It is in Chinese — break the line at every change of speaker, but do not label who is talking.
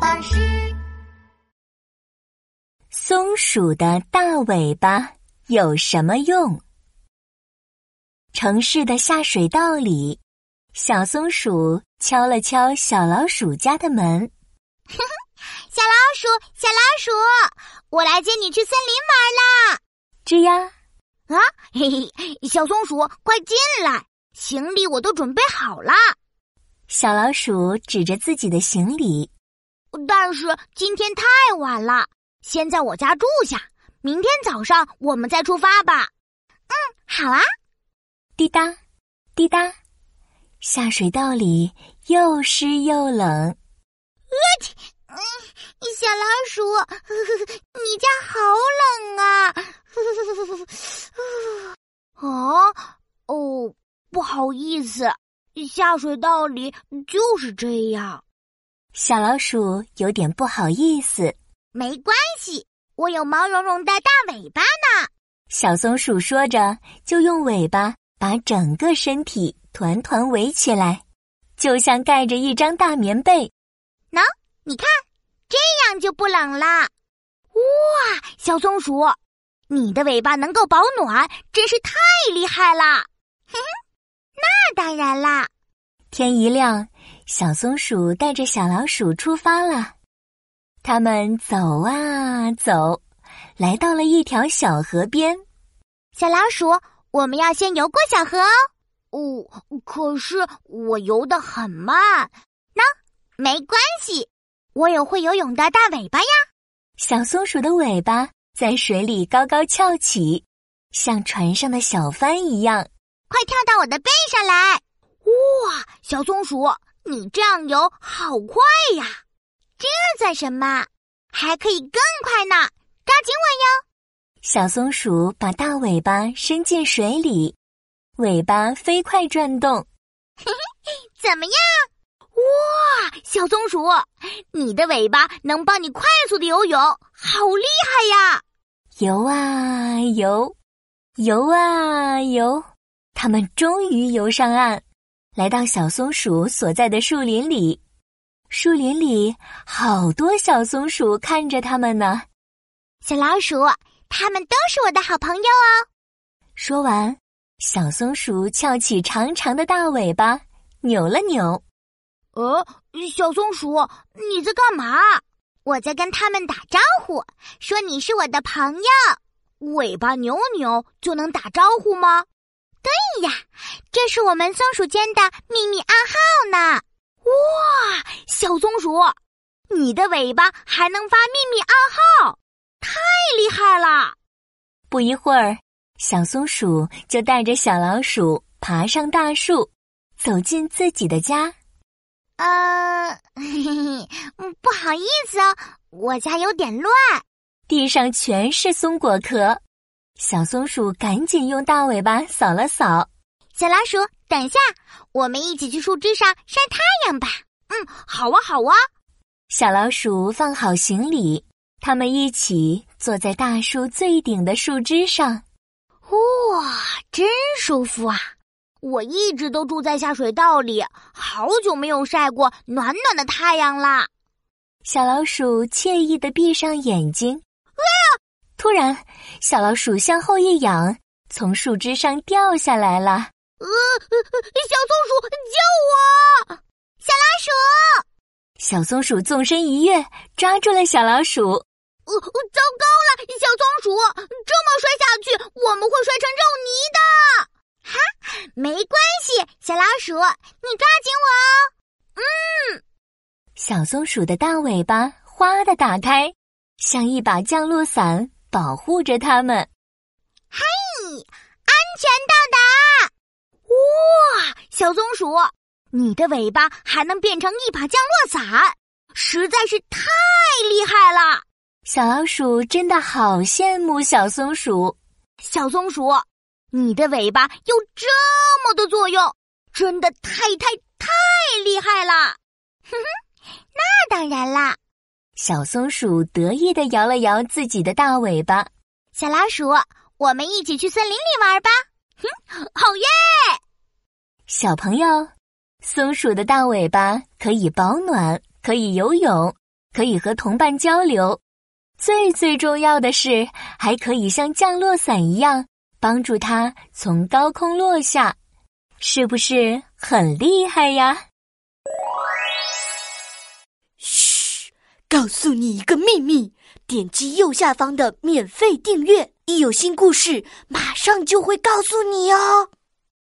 巴士。
松鼠的大尾巴有什么用？城市的下水道里，小松鼠敲了敲小老鼠家的门。
小老鼠，小老鼠，我来接你去森林玩啦！
吱呀，
啊，嘿嘿，小松鼠，快进来，行李我都准备好了，
小老鼠指着自己的行李，
但是今天太晚了，先在我家住下，明天早上我们再出发吧。嗯，好啊。
滴答，滴答，下水道里又湿又冷。
小老鼠，呵呵呵你家好冷啊！ 呵呵呵呵呵啊，哦，不好意思，下水道里就是这样。
小老鼠有点不好意思。
没关系，我有毛茸茸的大尾巴。
小松鼠说着，就用尾巴把整个身体团团围起来，就像盖着一张大棉被。
你看，这样就不冷了。哇，小松鼠，你的尾巴能够保暖，真是太厉害了！ 嘿嘿，那当然啦。
天一亮，小松鼠带着小老鼠出发了。他们走啊走，来到了一条小河边。
小老鼠，我们要先游过小河哦。哦，可是我游得很慢。那没关系，我有会游泳的大尾巴呀。
小松鼠的尾巴在水里高高翘起，像船上的小帆一样。
快跳到我的背上来！哇，小松鼠，你这样游好快呀！这算什么？还可以更快呢！抓紧我！
小松鼠把大尾巴伸进水里，尾巴飞快转动。
怎么样？哇，小松鼠，你的尾巴能帮你快速的游泳，好厉害呀！
游啊游，游啊游，它们终于游上岸，来到小松鼠所在的树林里。树林里好多小松鼠看着它们呢。
小老鼠，它们都是我的好朋友哦。
说完，小松鼠翘起长长的大尾巴，扭了扭。
呃，小松鼠，你在干嘛？我在跟他们打招呼，说你是我的朋友。尾巴扭扭就能打招呼吗？对呀，这是我们松鼠间的秘密暗号呢。哇，小松鼠，你的尾巴还能发秘密暗号，太厉害了！
不一会儿，小松鼠就带着小老鼠爬上大树，走进自己的家。
呃， 嘿嘿，嗯不好意思哦，我家有点乱。
地上全是松果壳，小松鼠赶紧用大尾巴扫了扫。
小老鼠，等一下，我们一起去树枝上晒太阳吧。嗯，好啊，好啊。
小老鼠放好行李，它们一起坐在大树最顶的树枝上。
哇，真舒服啊！我一直都住在下水道里，好久没有晒过暖暖的太阳啦。
小老鼠惬意地闭上眼睛。啊突然，小老鼠向后一仰，从树枝上掉下来了。
小松鼠，救我！小老鼠，
小松鼠纵身一跃，抓住了小老鼠。
呃，糟糕了，小松鼠，这么摔下去，我们会摔成肉泥的。哈，没关系，小老鼠，你抓紧我。
小松鼠的大尾巴哗的打开，像一把降落伞保护着它们。
安全到达！哇，小松鼠，你的尾巴还能变成一把降落伞，实在是太厉害了！
小老鼠真的好羡慕小松鼠。
小松鼠，你的尾巴有这么多作用，真的太太太厉害了！哼哼，那当然啦，
小松鼠得意地摇了摇自己的大尾巴。
小老鼠，我们一起去森林里玩吧！哼，好耶！
小朋友，松鼠的大尾巴可以保暖，可以游泳，可以和同伴交流。最最重要的是，还可以像降落伞一样帮助它从高空落下，是不是很厉害呀？
嘘，告诉你一个秘密，点击右下方的免费订阅，一有新故事，马上就会告诉你哦。